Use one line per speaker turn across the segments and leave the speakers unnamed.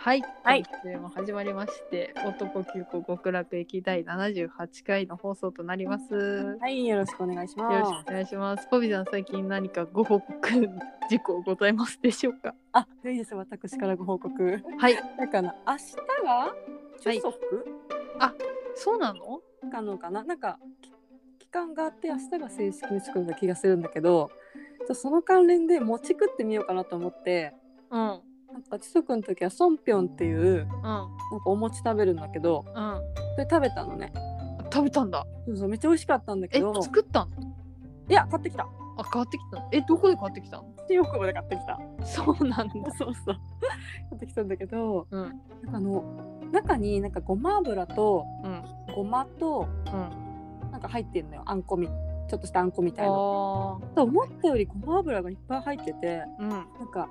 はい、
はい
今週も始まりまして「男急行極楽駅第78回」の放送となります。よ
はい、よろしくお願いしま
ろ
す
しく。お願いします。ポビさん最近何かご報告事項ございますでしょうか。
あ、いいです。私からご 報告。
はい、
だから、明日が中足
そうなの？
かのかな、なんかき期間があって、明日が正式に祝日な気がするんだけど、ちょっとその関連で餅食ってみようかなと思って、
うんうん
なんか中足の時はソンピョンっていう
うん
なんかお餅食べるんだけど、それ食べたのね。
食べたんだ。
そうそうめっちゃ美味しかったんだけ
え
ど、
作ったの？
いや買ってきた。
あ変わってきたの？えどこで変わってきたの？
新大久保で買ってきた。
そうなんだ。
そうそう。買ってきたんだけど、
うん
なんかあの中になんかごま油と
うん
ごまと
うん。
なんか入ってるのよあんこみちょっとしたあんこみたいな。
あ
と思ったよりごま油がいっぱい入ってて
ーうん。
なんか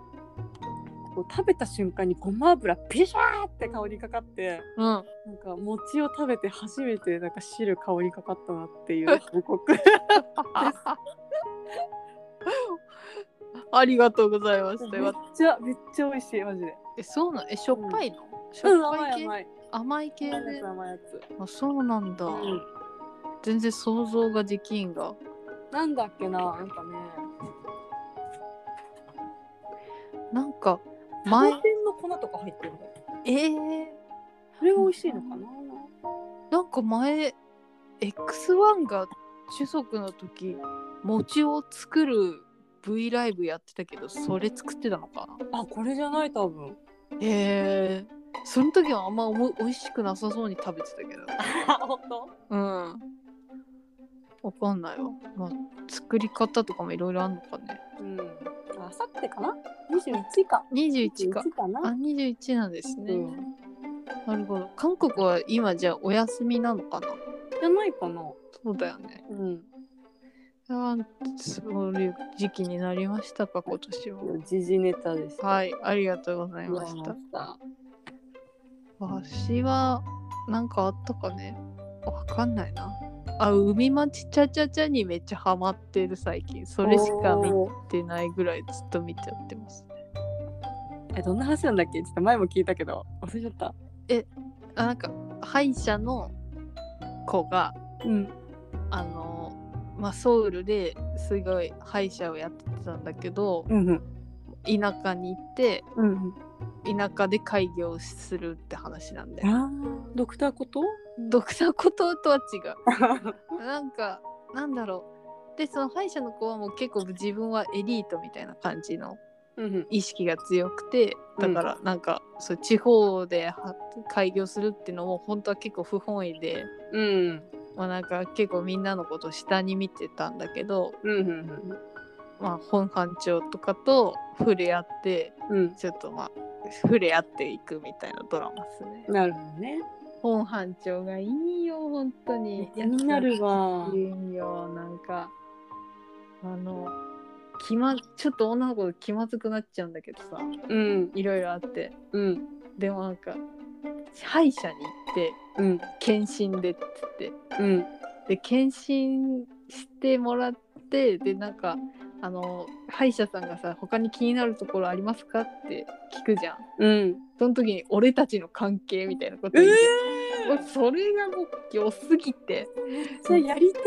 こう食べた瞬間にごま油ピシャーって香りかかって
うん、
なんか餅を食べて初めてなんか汁香りかかったなっ ていう報告
ありがとうございまし。
めったちゃめっちゃ美味しいマジで。
え、そうなん、え、しょっぱいの。し
うん
ょっ
甘
ぱい
い
系、
甘い
甘い系で
甘いやつ甘いやつ。
あそうなんだ、
うん
全然想像ができんが
なんだっけななんかね
なんか
サ
前
ボテンの粉とか入ってるの
えー、
それが美味しいのかな
なんか前 X1 が主足の時餅を作る V ライブやってたけどそれ作ってたのかな
あこれじゃない多 分
えー、その時はあんまおも美味しくなさそうに食べてたけど
あ本当
うんわかんないわ、まあ、作り方とかもいろいろあんのかね
うんあさってかな21か
21か
か
あ
な
21なんですね、
うん
なるほど。韓国は今じゃあお休みなのかな
じゃないかな
そうだよね。
うん
あーそういう時期になりましたか、今年は。
時事ネタです
はい、ありがとうございま
ま
し
したた。た
私は、なんかあったかねわかんないな。あ、海町ちゃちゃちゃにめっちゃハマってる最近。それしか見
おー
てないぐらいずっと見ちゃってます。
えどんな話なんだっけちょっと前も聞いたけど忘れちゃった
あ、なんか、歯医者の子が、
うん
あの、まあ、ソウルですごい歯医者をやってたんだけど、
うんうん
田舎に行って
うん
田舎で開業するって話なんだよ。
あードクター こと
ドクターこととは違う。なんかなんだろう。でその歯医者の子はもう結構自分はエリートみたいな感じの
うんうん
意識が強くてだからなんか、そう地方では開業するっていうのも本当は結構不本意で、
うん
まあ、なんか結構みんなのことを下に見てたんだけど、
うんうん
まあ、本班長とかと触れ合って
うん
ちょっとまあ触れ合っていくみたいなドラマですね。
なるほどね
本班長がいいよ本当に
気になるわ
いいよなんかあの気まちょっと女の子が気まずくなっちゃうんだけどさ
うん
いろいろあって
うん
でもなんか歯医者に行って
うん
検診でっつって
うん
で検診してもらってでなんかあの歯医者さんがさ他に気になるところありますかって聞くじゃん
うん
その時に俺たちの関係みたいなこと
え
言って、
え
もうそれがもう良すぎて
じゃあやりて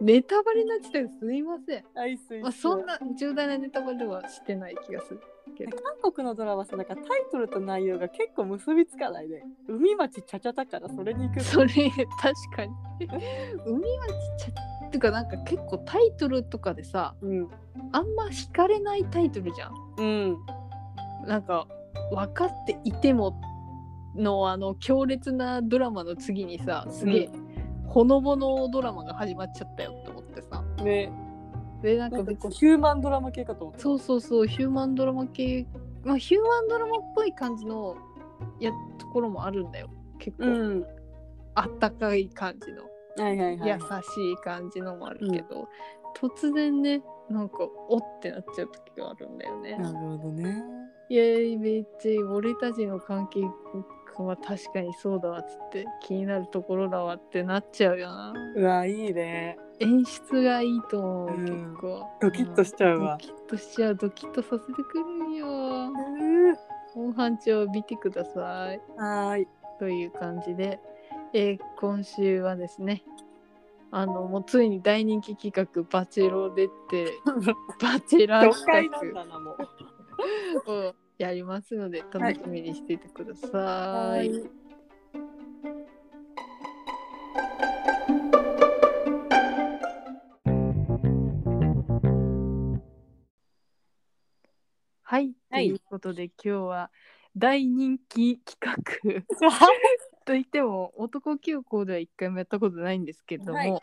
ネタバレになっちゃったけどすいません。
ーアイス
まあ、そんな重大なネタバレはしてない気がする。
韓国のドラマさなんかタイトルと内容が結構結びつかないで海町ちゃちゃだからそれに行く
それ確かに。海はちっちゃっていうかなんか結構タイトルとかでさ
うん
あんま惹かれないタイトルじゃん。
うん
なんか分かっていてものあの強烈なドラマの次にさすげえ、ほのぼのドラマが始まっちゃったよって思ってさ。
ね
でなん
な
か
んか
別
こう
に
ヒューマンドラマ系かと思った
そうそうそうヒューマンドラマ系まあヒューマンドラマっぽい感じのやところもあるんだよ結構、
うん
あったかい感じの
はいはいはい
優しい感じのもあるけど、突然ねなんかおってなっちゃう時があるんだよね、
なるほどね
いやいやめっちゃ俺たちの関係は確かにそうだわっつって気になるところだわってなっちゃうよな
うわいいね
演出がいいと思う、
うん
結構
ドキッとしちゃうわ
ドキッとしちゃうドキッとさせてくるんよ
う
モンハンチを見てください。
はーい。
という感じで、えー今週はですねあのもうついに大人気企画「バチェロレッ テ」「バチェラー
魚
企
介なんだな、もう。
画」をやりますので楽しみにしていてください。
はい。
はい、
はい
ということで今日は大人気企画といっても男急行では一回もやったことないんですけども,、
はい
も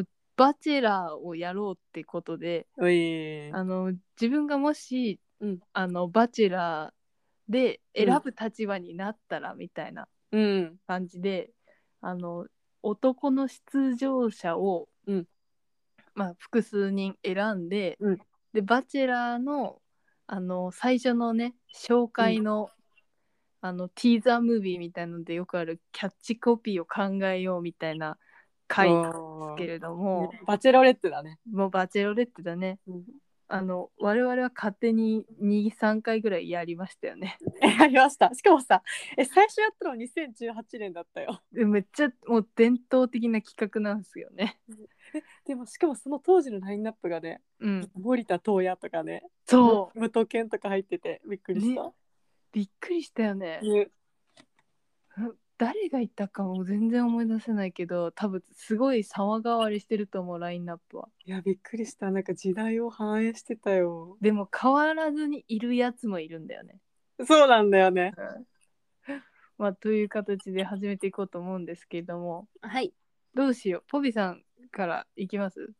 うバチェラーをやろうってことで
うい
あの自分がもし、
うん
あのバチェラーで選ぶ立場になったらみたいな
うん。
感じで、あの男の出場者を、
うん
まあ、複数人選んで、
うん
でバチェラーのあの最初のね紹介の,、あのティーザームービーみたいのでよくあるキャッチコピーを考えようみたいな回なんですけれども
バチェロレッテだね。
もうバチェロレッテだね。あの我々は勝手に23回ぐらいやりましたよね。
やりました。しかもさ、え最初やったの2018年だったよ。
でめっちゃもう伝統的な企画なんですよね。
でもしかもその当時のラインナップがね、
うん、
森田東也とかね、
そう
武藤健とか入っててびっくりした。
びっくりしたよね。
ね
誰がいたかも全然思い出せないけど多分すごい様変わりしてると思うラインナップは。
いやびっくりした。なんか時代を反映してたよ。
でも変わらずにいるやつもいるんだよね。
そうなんだよね。
まあ、という形で始めていこうと思うんですけれども
はい。
どうしようポビさんからいきます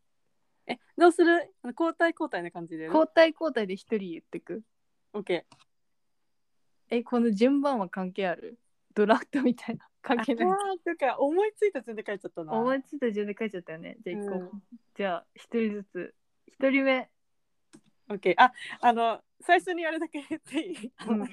えどうする？あの交代交代な感じで、ね。
交代交代で一人言ってく
オッケー。
えこの順番は関係あるドラフトみ たいな関
あ
係ない
ーていうか思いついた順で書いちゃったな。
思いついた順で書いちゃったよねじゃあ行こう、
うん
じゃあ一人ずつ一人目
オッケー。ああの最初にあれだけ言っていい？あ
う
の
ん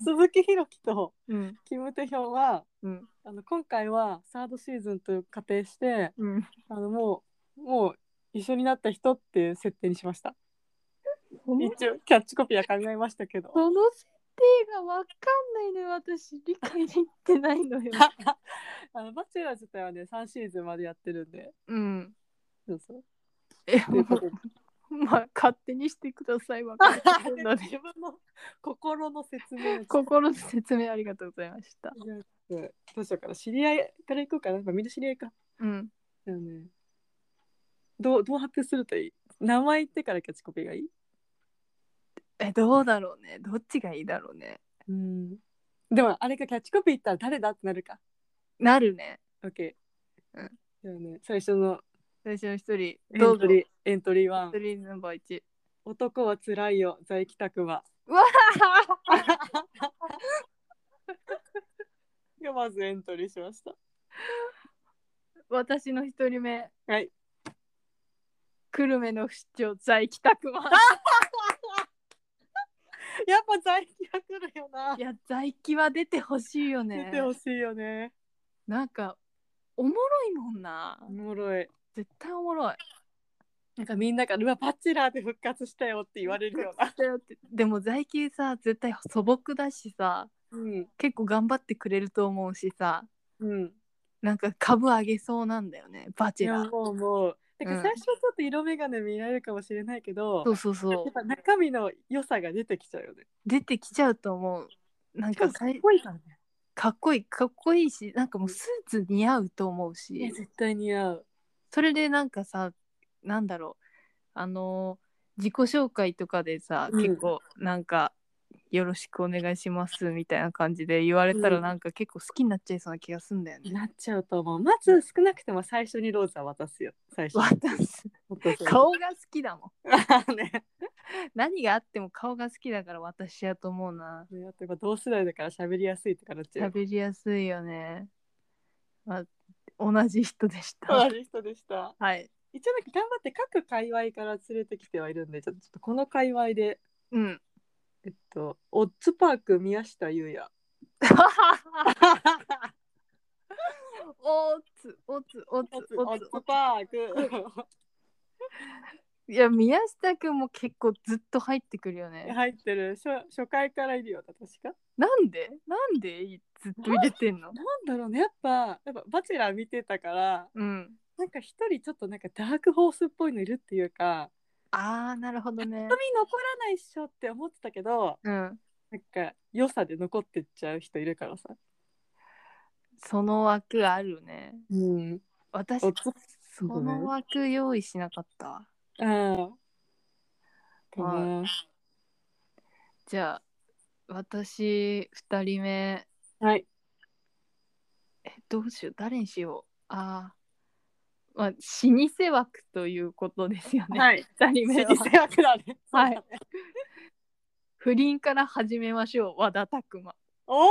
鈴木ひろきと
うん
キムテヒョンは
うん
あの今回はサードシーズンと仮定して
うん
あのもうもう一緒になった人っていう設定にしました
この
一応キャッチコピーは考えましたけど
この設定がわかんないのよ私理解できてないのよ
あのバチェラー自体はね3シーズンまでやってるんで
うん
そうそう
え
ということで
まあ勝手にしてください わかってる の
自
で
分の心の説明
心の説明ありがとうございました
うんどうしようかな知り合いから行こうかな、まあ、みんな知り合いか
うん
だよねどうどう発表するといい名前言ってからキャッチコピーがいい
えどうだろうねどっちがいいだろうね
うんでもあれかキャッチコピー言ったら誰だってなるか
なるね
OK。
うん
だよね、最初の
最初の一人
エン
ど
ト
うぞ
リーエントリーワン
エントリーナンバー 一
男はつらいよ在帰宅はがまずエントリーしました
私の一人目
はい
久留米の市長在帰宅マン
やっぱ在帰宅だよない
や在帰は出てほしいよね
出てほしいよね
なんかおもろいもんな
おもろい
絶対おもろい
なんかみんなから「うわバチェラーで復活したよ」って言われるような、
だよってでも在帰さ絶対素朴だしさ
うん
結構頑張ってくれると思うしさ
うん、
なんか株上げそうなんだよねバ
い
チェ
や
ラー
もうもうだか
うん
ら最初はちょっと色眼鏡見られるかもしれないけど、
そうそうそ
や
う
っぱ中身の良さが出てきちゃうよね
出てきちゃうと思うなん
しか
か
も
かい
かっこいいからね
かっこいいかっこいいしなんかもうスーツ似合うと思う
いや
し
絶対似合う
それでなんかさなんだろうあのー自己紹介とかでさ、
うん
結構なんか「よろしくお願いします」みたいな感じで言われたら
うん
なんか結構好きになっちゃいそうな気がすんだ よね。
なっちゃうと思うまず少なくても最初にローズは渡すよ最初
私
渡す
顔が好きだもん
ね
何があっても顔が好きだから私やと思うな
ね、やっぱ同世代だから喋りやすいって形。
喋りやすいよね、まあ、同じ人でし
あ
た
る人でした。
はい
一応なんか頑張って各界隈から連れてきてはいるんで、ちょっとちょっとこの界隈で、
うん
えっと、オッズパーク宮下優 也。
おつおつおつ
オッズ
お
オッ
つ
ズパーク。
いや宮下くんも結構ずっと入ってくるよね
入ってる初初回からいるよ確か
なんでなんでずっと入れてんの
なんだろうねやっぱやっぱ「バチェラー」見てたから
うん
なんか一人ちょっとなんかダークホースっぽいのいるっていうか
あーなるほどね
髪残らないっしょって思ってたけど
うん
なんか良さで残ってっちゃう人いるからさ
その枠あるね
うん
私
おつ
その枠用意しなかったわ
ああか
は
な
じゃあ私2人目
はい
えどうしよう誰にしようあーまあ老舗枠ということですよね、
はい
2人目は
老舗枠だね
はい
そうだね
不倫から始めましょう和田拓馬
おお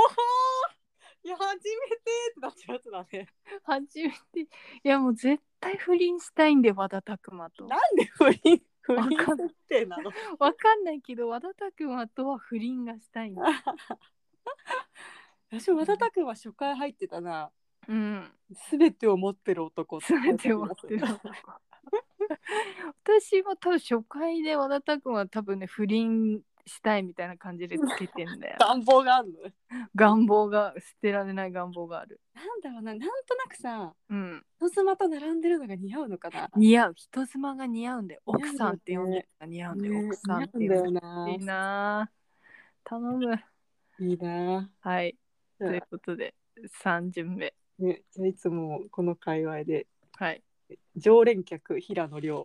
いや初めてってなっちゃうやつだね
初めていやもう絶対不倫したいんで和田拓馬と
なんで不倫不
わ
倫
かん
設定なの
わかんないけど和田拓馬とは不倫がしたいんだ
私瞬くは初回入ってたな
うん
すべてを持ってる男って
全て思ってる私も多分初回で和田拓馬は多分ね不倫したいみたいな感じでつけてん だよ
願望があるの
願望が捨てられない願望がある
なんだろうななんとなくさ
うん
人妻と並んでるのが似合うのかな
似合う人妻が似合うんだよ
似合う
奥
んだよね
さんって呼んでるのが似合うんだよ、
ね
奥さんって呼ん
似
で
合
る
うん
の
だよな
がいいな頼む
いいな
はい
じ
と
ゃ
いうことで3巡目
あ,、ね、じゃあいつもこの界隈で
はい
常連客平 野亮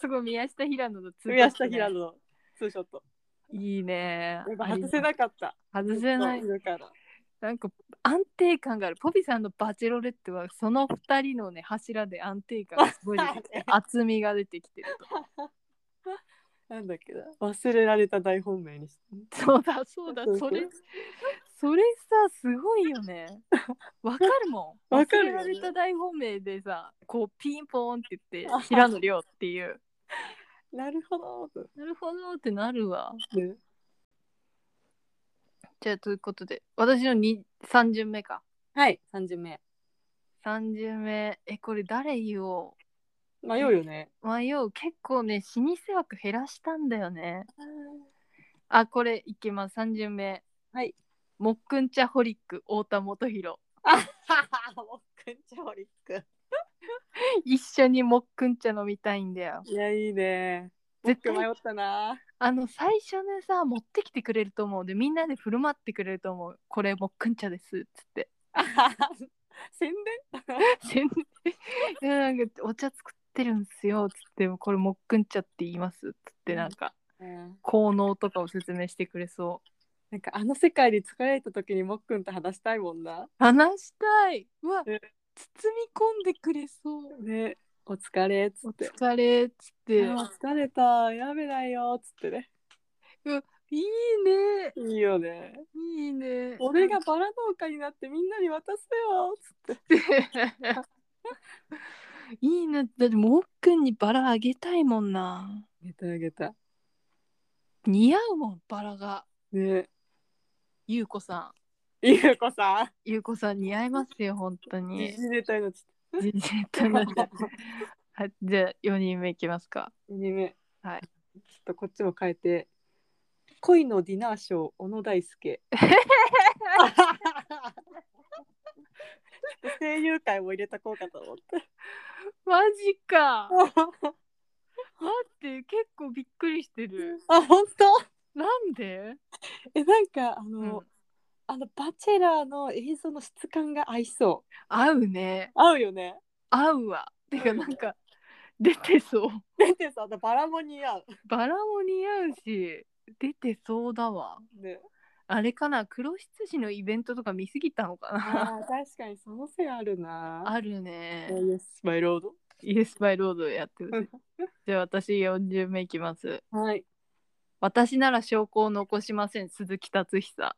すごい宮下平野の通
宮下平野のツーショット
いいね
やっぱ外せなかった
あり外せない
だから
なんか安定感があるポピさんのバチェロレッテはその2人のね柱で安定感がすごい出てき て厚みが出てきてる
なんだっけな忘れられた大本命にし
と そうだそうだそれそれさすごいよねわかるもん
わかるよね
忘れられた大本命でさこうピンポーンって言って平野亮っていう
なるほどと、
なるほどってなるわ
ね
じゃあということで私のに3巡目か
はい3巡目
3巡目えこれ誰言おう
迷うよね
迷う結構ね老舗枠減らしたんだよねあこれいきます3巡目
はい
もっくんちゃホリック太田元宏
あははもっくんちゃおりっく
一緒にもっくんちゃ飲みたいんだよ
いやいいね
絶
迷
対
ったな
あの最初ねさ持ってきてくれると思うでみんなで振る舞ってくれると思うこれもっくんちゃですっつって
あはは宣
全然いやなんかお茶作ってるんすよっつってこれもっくんちゃって言いますっつってなんか
伝、
効能とかを説明してくれそう
なんかあの世界に疲れた時にもっくんと話したいもんな
話したいうわ包み
ね
込んでくれそう
ねお疲れっつ
お
って
疲れっつって
あー疲れたやめないよっつってね
いいね
いいよね
いいね
俺がバラ農家になってみんなに渡すよっつって
いいなだってもっくんにバラあげたいもんな
あげたあげた
似合うもんバラが
ね
ゆうこさ
ゆうこさ
んゆうこさん似合いますよ本当
ん
に
時事ネタになっちゃった
じじいとな ってはいじゃあ4人目いきますか
2人目
はい
ちょっとこっちも変えて恋のディナーショー小野大輔声優界も入れたこうかと思って
マジか待って結構びっくりしてる
あ本当
なんで、
えなんかあの、
うん、
あのバチェラーの映像の質感が合いそ
合うね
う合うよね
合うわてかなんか出てそう
出てさあのバラも似合う
バラも似合うし出てそうだわ
ね
あれかな黒執事のイベントとか見すぎたのか な
あー確かにそのせいあるな
あるね
イエスマイロード
イエスバイロードやってるじゃあ私40名いきます
はい
私なら証拠を残しません鈴木達久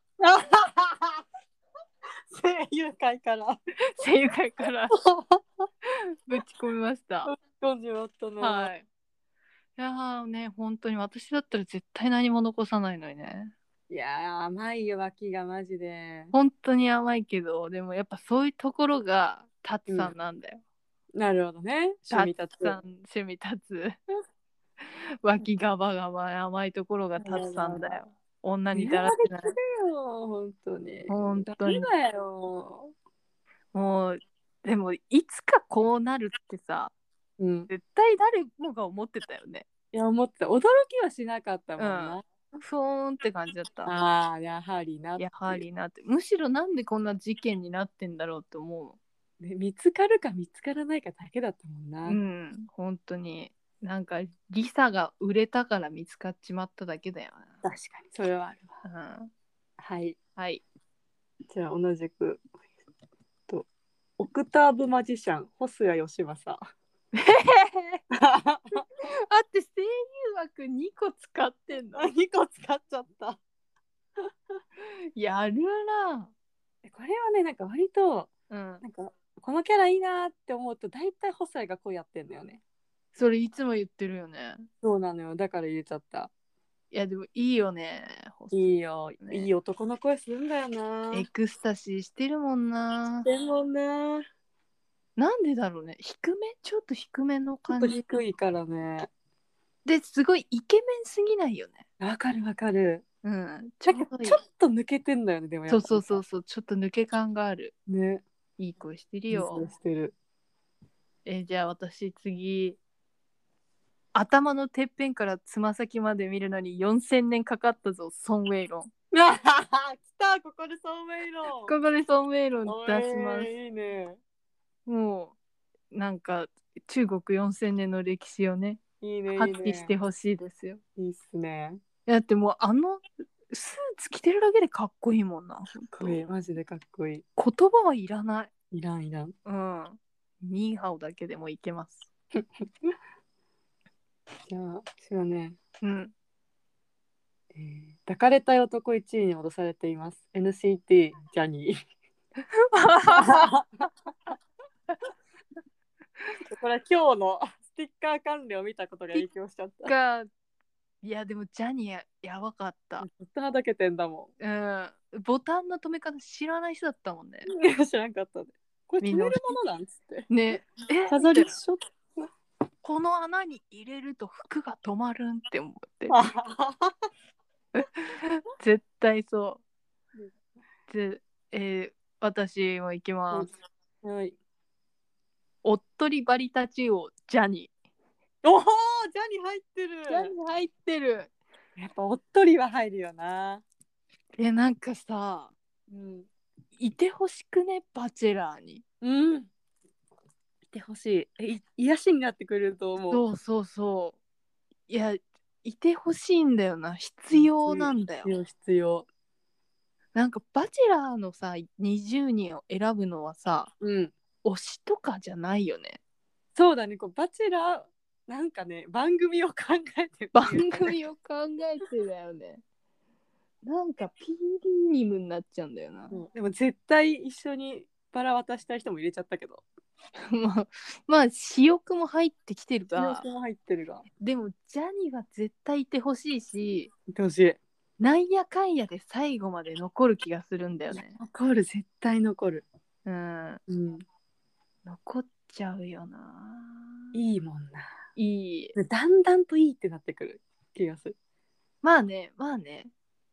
声優界から
声優界から ぶち込みました
感じはあったな、
はいいやーね本当に私だったら絶対何も残さないのにね
いやー甘いよ脇がマジで
本当に甘いけどでもやっぱそういうところが達さんなんだよ、
なるほどね。
た
趣味
っ
立つ。
さん趣味立つ 脇がばがば甘いところがたつさんだよ女にだらけない
だよ、本当に。
本当に
ダメだよ。
もうでもいつかこうなるってさ
うん。
絶対誰もが思ってたよね
いや、思ってた。驚きはしなかったもんな。
ふーんって感じだった
ああ、やはりなってい
や
う
は。りなってむしろなんでこんな事件になってんだろうと思う
ね見つかるか見つからないかだけだったもんな。
うん、本当に。なんかリサが売れたから見つかっちまっただけだよ
確かに。それはあるわ。
な。うん、
はい。
はい。
じゃあ、同じく。えっとオクターブマジシャン、細谷義正。
あって声優枠2個使ってんの
2個使っちゃった。
やるな。
これはね、なんか割と、
うん。
なんか、このキャラいいなーって思うと、大体細谷がこうやってんだよね。
それいつも言ってるよね。
そうなのよ。だから入れちゃった。
いやでもいいよね。
いいよ。
ね
いい男の声するんだよな。
エクスタシーしてるもんな。
でもな。
なんでだろうね。低めちょっと低めの
ちょっ
感
と
じ。
低いからね。
ですごいイケメンすぎないよね。
わかるわかる。
うん。ち
な
ょ
ん
っ
か
と
ちょっと抜けてんだよね、でもやっ
そ
ぱ
うそ
り
うそうそう。ちょっと抜け感がある。
ね。
いい声してるよ。
そうしてる。
えーじゃあ私次頭のてっぺんからつま先まで見るのに4,000年かかったぞソン・ウェイロン
来たここでソンウェイロ
ここでソン・ウェイロン出します、
いいね。
もうなんか中国4,000年の歴史をね
いいね。
発揮してほしいですよ
いいっすね。
だってもうあのスーツ着てるだけでかっこいいもんな
かっこいい。マジでかっこい
言葉はいらない
い。いらんいらん。
うんニーハオだけでもいけます
じゃあ、私はね、
うん
えー抱かれたい男1位に戻されています。NCT ジャニー。 これ今日のスティッカー関連を見たことが影響しちゃった。
がいやでもジャニーややばかった
ずっとはだけてんだも
うん、ボタンの止め方知らない人だったもんね。
ん。知らんかったね。これ止めるものなんつって。
ねえ
飾りっしょ
この穴に入れると服が止まるんって思って 絶対そう。ぜえー私も行きます。
はい。
おっとりバリタチウオジャニ
おお、ジャニ入ってる
ー。入ってる。
やっぱおっとりは入るよな。
えなんかさ
うん。
いてほしくねバチェラーに。
うん。いてほしい。え、い癒しになってくれると思う。
そうそうそう。いやいてほしいんだよな必要なんだよ
必。要必要。
なんかバチェラーのさ20人を選ぶのはさ
うん。
推しとかじゃないよね。
そうだね。こうバチェラーなんかね番組を考えてる
番組を考えてだよね。なんかピーリミムになっちゃうんだよな。
うんでも絶対一緒にバラ渡したい人も入れちゃったけど。
まあ、まあ、私欲も入ってきてるが、
も入ってるが。
でもジャニーは絶対いてほしいし、
いてほしい。
なんやかんやで最後まで残る気がするんだよね。
残る絶対残る。
うん、
うん。
残っちゃうよな。
いいもんな。
いい。
だんだんといいってなってくる気がする。
まあね、まあね。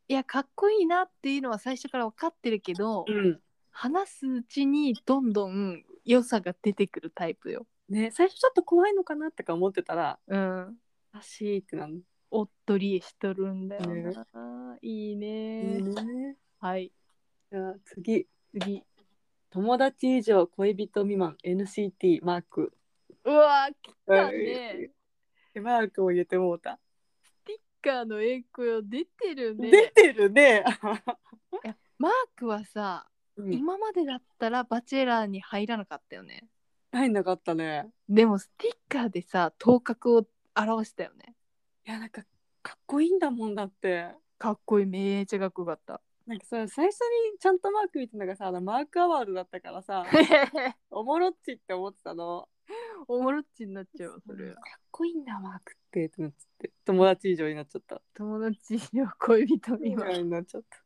いや、かっこいいなっていうのは最初から分かってるけど、
うん。
話すうちにどんどん良さが出てくるタイプよ。
ね最初ちょっと怖いのかなとか思ってたら、
うん。
らしいってなる。
おっとりしとるんだよな。いいね、
ね。
はい。
じゃあ次。
次。
友達以上恋人未満 NCT マーク。
うわー、来たね。
えマークも入れてもうた。
ステッカーの栄光よ出てるね。
出てるね。
マークはさ、
うん
今までだったらバチェラーに入らなかったよね。
入んなかったね。
でもスティッカーでさ、頭角を表したよね。
いやなんかかっこいいんだもんだって。
かっこいい、めっちゃかっこよかった。
なんかさ最初にちゃんとマーク見てたのがさあのマークアワードだったから さおもろっちって思ってたの
おもろっちになっちゃうわ、それ
か。っこいいんだマークってってなっちゃって友達以上になっちゃった
友達の恋人今。
になっちゃった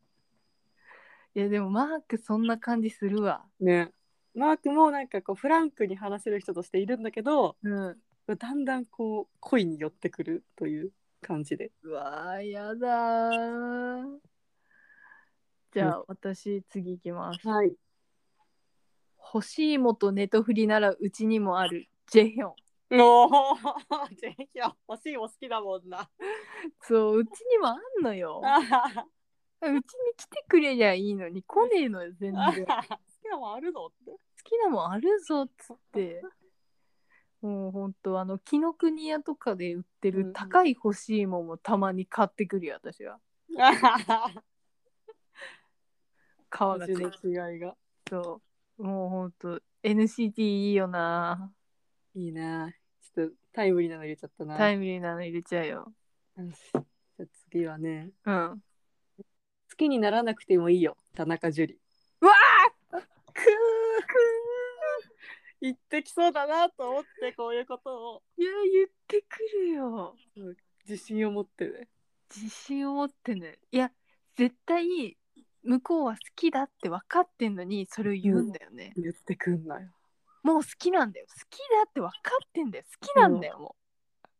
いやでもマークそんな感じするわ。
ねマークもなんかこうフランクに話せる人としているんだけど
うん、
だんだんこう恋に寄ってくるという感じで
うわーやだーじゃあ、私次行きます
はい
欲しいもとネトフリならうちにもあるジェヒョン
おおジェヒョン欲しいも好きだもんな
そううちにもあんのよ
あはは
うちに来てくれりゃいいのに来ねえのよ 全然
あは
好き
は好きなもんあるぞ って
なもんあるぞっつってもうほんとあの紀ノ国屋とかで売って
うんう
る
ん
高い欲しいもんもたまに買ってくるよ私は
あはは
皮がついて
味
る
の違いが
ともうほんと NCT いいよない
いなちょっとタイムリーなの入れちゃったな
タイムリーなの入れちゃうよ
よしじゃあ次はね
うん
好きにならなくてもいいよ田中樹
く
言ってきそうだなと思ってこういうことを
ーいや言ってくるよ
自信を持ってね
自信を持ってねいや絶対向こうは好きだって分かってんのにそれを言うんだよね、
言ってくんなよ
もう好きなんだよ好きだって分かってんだよ好きなんだよ、も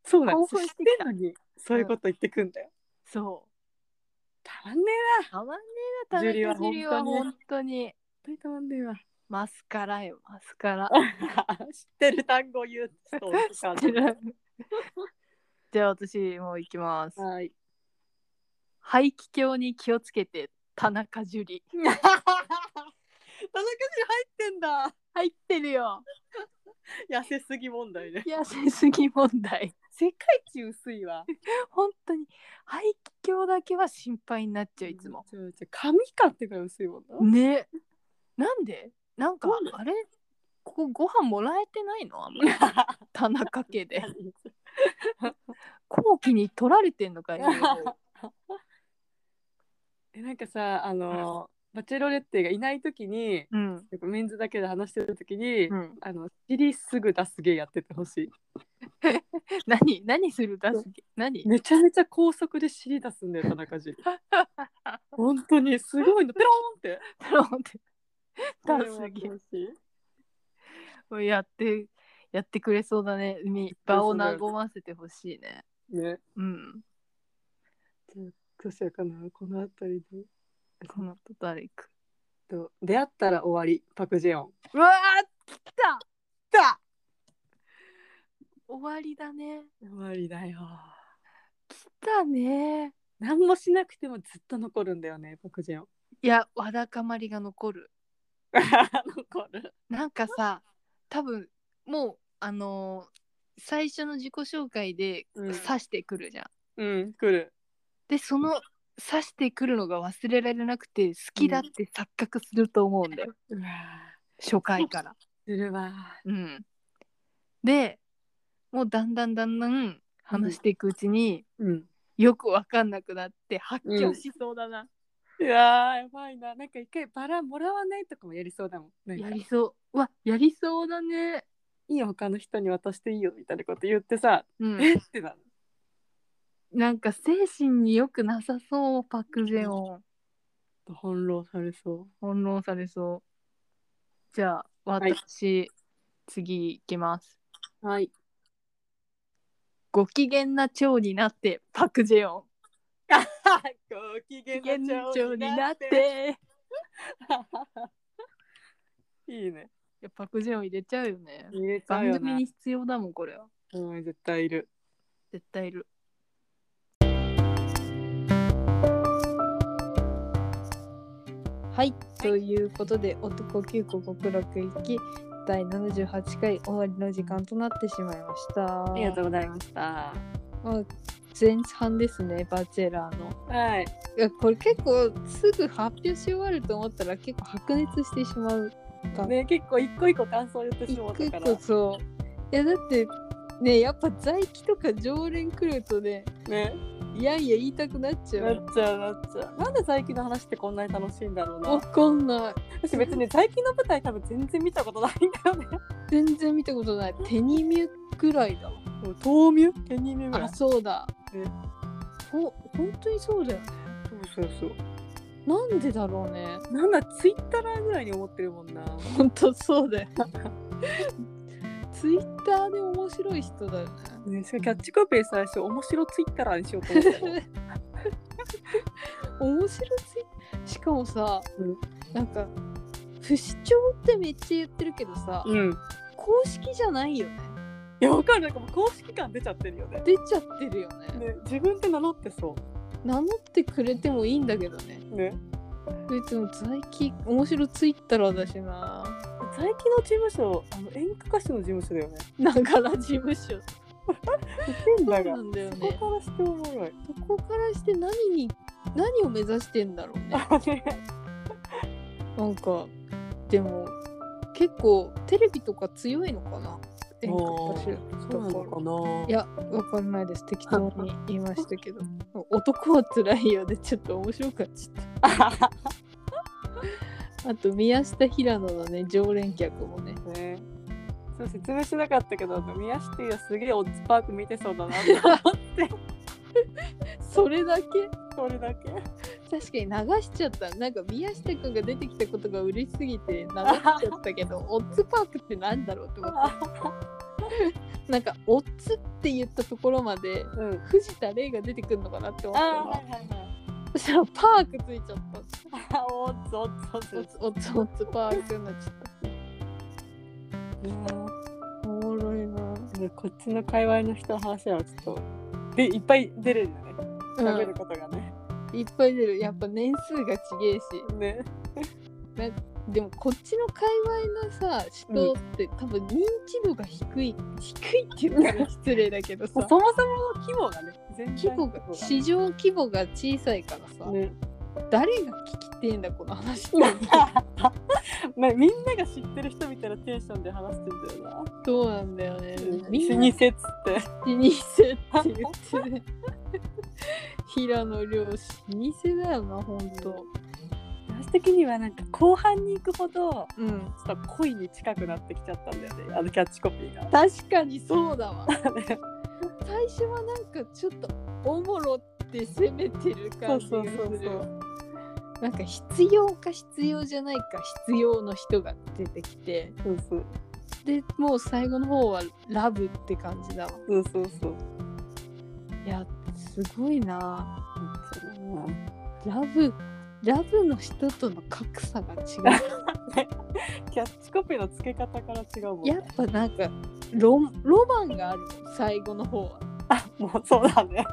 そうな
興
の知っ
奮しててき
ん
た
のにそういうこと言ってくんだよ、
うそ
たまんね
うたまんねえな田
ジュリは
中
本
樹里は本当
当に
に
えなたまんねえわ
マスカラよマスカ ラ
知ってる単語言う人と か
じゃあ私もう行きます
はい
排気胸に気をつけて田中樹里
田中樹入ってんだ
入ってるよ
痩せすぎ問 題ね
痩せすぎ問題
世界一薄いわ
本当に排気胸だけは心配になっちゃういつも。
ちょちょ髪かってくらい薄いもんな、
ねなんでなんか
なんで
あれここご飯もらえてないのあん まり田中家 で後期に取られてんのかよ
えなんかさあのバチェロレッテがいない時に
うん、
やっぱメンズだけで話してる時に、
うん、
あの尻すぐ出すげえやっててほしい
何何するだすぎ何
めちゃめちゃ高速で尻出すんだよ田中 樹本当にすごいのペローンって
だろうってダスギやってやってくれそうだねみ場を和ませてほしいね
ね
うん
どうしようかなこの辺りで
この後誰行く
えっと出会ったら終わりパク・ジェヨン
うわー来た
だ
終わりだね
終わりだよ
来たね
何もしなくてもずっと残るんだよねパク・ ジェヨン
いやわだかまりが残る
残る
なんかさ多分もうあのー最初の自己紹介で
うん
刺してくるじゃん、
うん来る
でその刺してくるのが忘れられなくて好きだって錯覚すると思うんだよ、
うわ
初回 から
するわ
うんでもうだんだんだんだん話していくうちに、
うん
よくわかんなくなって発狂しそうだな、
いやーやばいななんか一回バラもらわないとかもやりそうだもんなん
や
か
りそううわやりそうだね
いいよ他の人に渡していいよみたいなこと言ってさ、
う
え
ん
ってなる
なんか精神によくなさそうパク・ジェヨン
翻弄されそ
翻弄されそうじゃあ
い
私、次いきます
うはい
ご機嫌な蝶になってパク・ジェヨ
ご機
ン
嫌
ご機嫌な蝶になって
いいね
いやパク・ジェヨン入れちゃうよね
入れちゃう
番
よ
組
な
に必要だもんこれは
うん絶対いる
絶対いるはい、ということで男9個極楽行き第78回終わりの時間となってしまいました
ありがとうございました
まあ、前半ですね、バチェラーの。
はい
いやこれ結構すぐ発表し終わると思ったら結構白熱してしまう。
ね結構一個一個感想言ってしまっ
結
たから
構そう。いやだってね、やっぱ在籍とか常連来るとね、
ね
いやいや言いたくなっちゃ
な
う。
っちゃうなっちゃうなんで最近の話ってこんなに楽しいんだろう
わ
な
かんない。
私別に最近の舞台多分全然見たことないんだよね
全然見たことない。テニミュぐらいだわ。
豆乳手に目
あ、そうだ
ね。
ほ、本当にそうだよね。
そうそうそう
なんでだろうね
なんだツイッターぐらいに思ってるもんな
本当そう だよツイッターで面白い人だよ
ねしかもキャッチコピー最初面白ツイッターにしようと思ったの
ね面白すぎしかもさ、
うん
なんか不死鳥ってめっちゃ言ってるけどさ、
うん
公式じゃないよね
いやわかるなんかもう公式感出ちゃってるよね
出ちゃってるよね
ね自分で名乗ってそ
名乗ってくれてもいいんだけどね
うね
別に最近面白ツイッターだしな
最近の事務所あの演歌歌手の事務所だ よね
ながら事務所
変だ
そう
が
なんだよ
そこ
ね
からしておもろ い
そこからして何に何を目指してんだろうね
あね
なんかでも結構テレビとか強いのかな演歌歌手
そうなのかない
やわかんないです適当に言いましたけど男はつらいよでちょっと面白かっちゃっ
あはは
たあと宮下平野のね常連客もね
ねそう説明しなかったけどあの宮下はすげえオッズパーク見てそうだなって思って
それだけ
それだけ
確かに流しちゃったなんか宮下くんが出てきたことが嬉しすぎて流し ちゃったけどオッズパークってなんだろうって思ってなんかオッズって言ったところまで
うん
藤田玲が出てくるのかなって思
あ
った
は
ら
いはいはい
そしたらパークついちゃった
あおっとおっとおっ
オッズオッズオッズパークになっちゃったおもろいな
ねこっちの界隈の人の話はちょっとでいっぱい出るよね喋ることがね、
いっぱい出るやっぱ年数がちげえし
ね
でもこっちの界隈のさ人って、多分認知度が低い低いって言ったら失礼だけど
も
さ
うそもそもの規模がね全
規模が市場規模が小さいからさ、
ね
誰が聞きてえんだこの話っ て
まあ、みんなが知ってる人みたいなテンションで話してんだよな。
そうなんだよねみん
老
な
舗っつって。
死にせって言ってね平野亮老舗だよなほんと
私的にはなんか後半に行くほど
うん
ちょっと恋に近くなってきちゃったんだよねあのキャッチコピーが。
確かにそうだわ最初はなんかちょっとおもろって攻めてる感じがする
そうそうそうそ
なんか必要か必要じゃないか必要の人が出てきて
そうそう
でもう最後の方はラブって感じだわ
そうそうそう。
いやすごいなラブラブの人との格差が違う
キャッチコピーの付け方から違うもん
や
ね
っ。ぱなんかロロマンがあるもん最後の方は
あもうそうだね。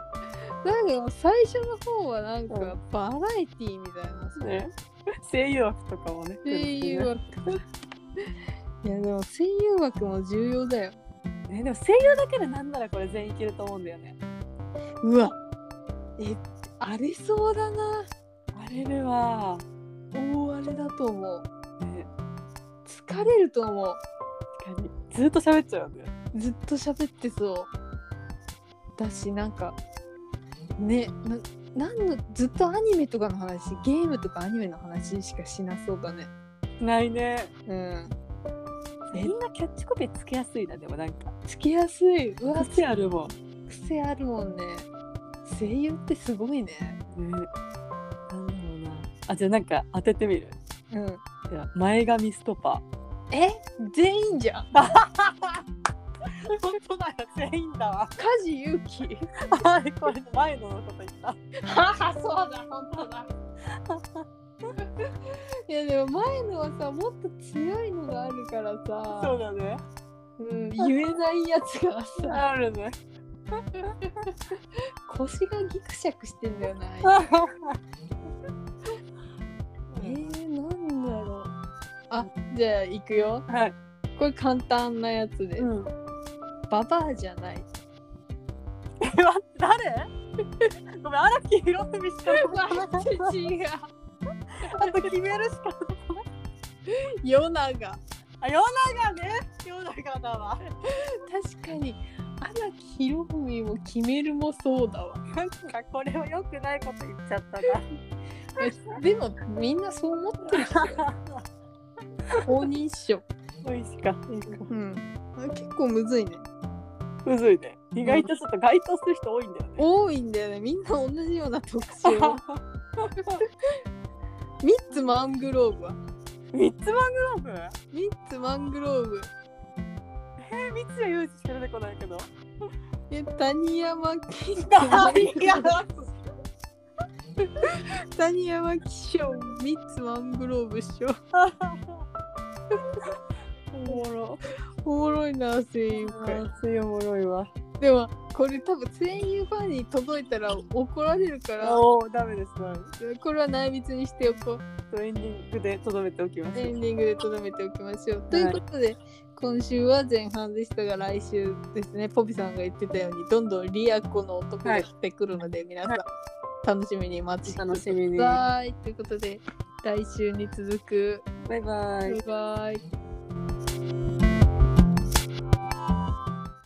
なんかもう最初の方はなん
う
かバラエティーみたいなさ、
ね声優枠とかもね。
声優枠 いやでも声優枠も重要だよ
ねでも声優だけでなんならこれ全員いけると思うんだよね。
うわえありそうだな
あれれは、
大あれだと思う
ね、
疲れると思う
確かにずっと喋っちゃうんだよ。
ずっと喋ってそうだしなんかねななんのずっとアニメとかの話ゲームとかアニメの話しかしなそうだね
ないね。
うん
みんなキャッチコピーつけやすいなでもなんか。
つきやすいうわ
癖あるもん。
癖あるもんね声優ってすごいね
ね、なんだろうな。あ、じゃあなんか当ててみる。
うん
じゃあ前髪ストパ
え全員じゃん
ー。本当だよ、全員だわ。
梶裕貴
はい、これ前のこと言った。
あ そうだ本当だ いやでも前のはさもっと強いのがあるからさ
そうだね。
うん、言えないやつがさ
あるね。
腰がギクシャクしてんだよな。え
え
ー、なんだろう。あじゃあ行くよ。
はい。
これ簡単なやつで。
うん。
ババアじゃない。
え、待って、誰。 ごめん、荒木宏文しか 思い出せない。
違う。
あと、決めるしか。
ヨナが。
あ、世永ね。世永だわ。
確かに荒木博文も決めるもそうだ わ。
なんか、これは良くないこと言っちゃった
でもみんなそう思ってる人だよ。
な。
公認っしょ。
美味しか。いいか。
うん。結構むずいね。
むずいね。意外とちょっと該当する人多いんだよね。
多いんだよね。みんな同じような特徴。ミッツマングローブは
ミッツマングローブ
ミッツマングローブ
え三ツ矢雄二しか出てこないけ ど
え谷山紀
いや
谷山紀章ミッツマングローブ師匠
おもろ
おもろいな声優界
熱いおもろいわ
でもこれ多分声優ファンに届いたら怒られるから
おおダメですダメです
これは内密にしておこう
ちょっとエンディングでとどめておきます
エンディングでとどめておきましょう。ということで、今週は前半でしたが、来週ですね、ポピさんが言ってたように、どんどんリアコの男が来てくるので、皆さん、
はい
楽しみに待ちして
楽しみに
ください。ということで、来週に続く、
バイバイ
バイバイ。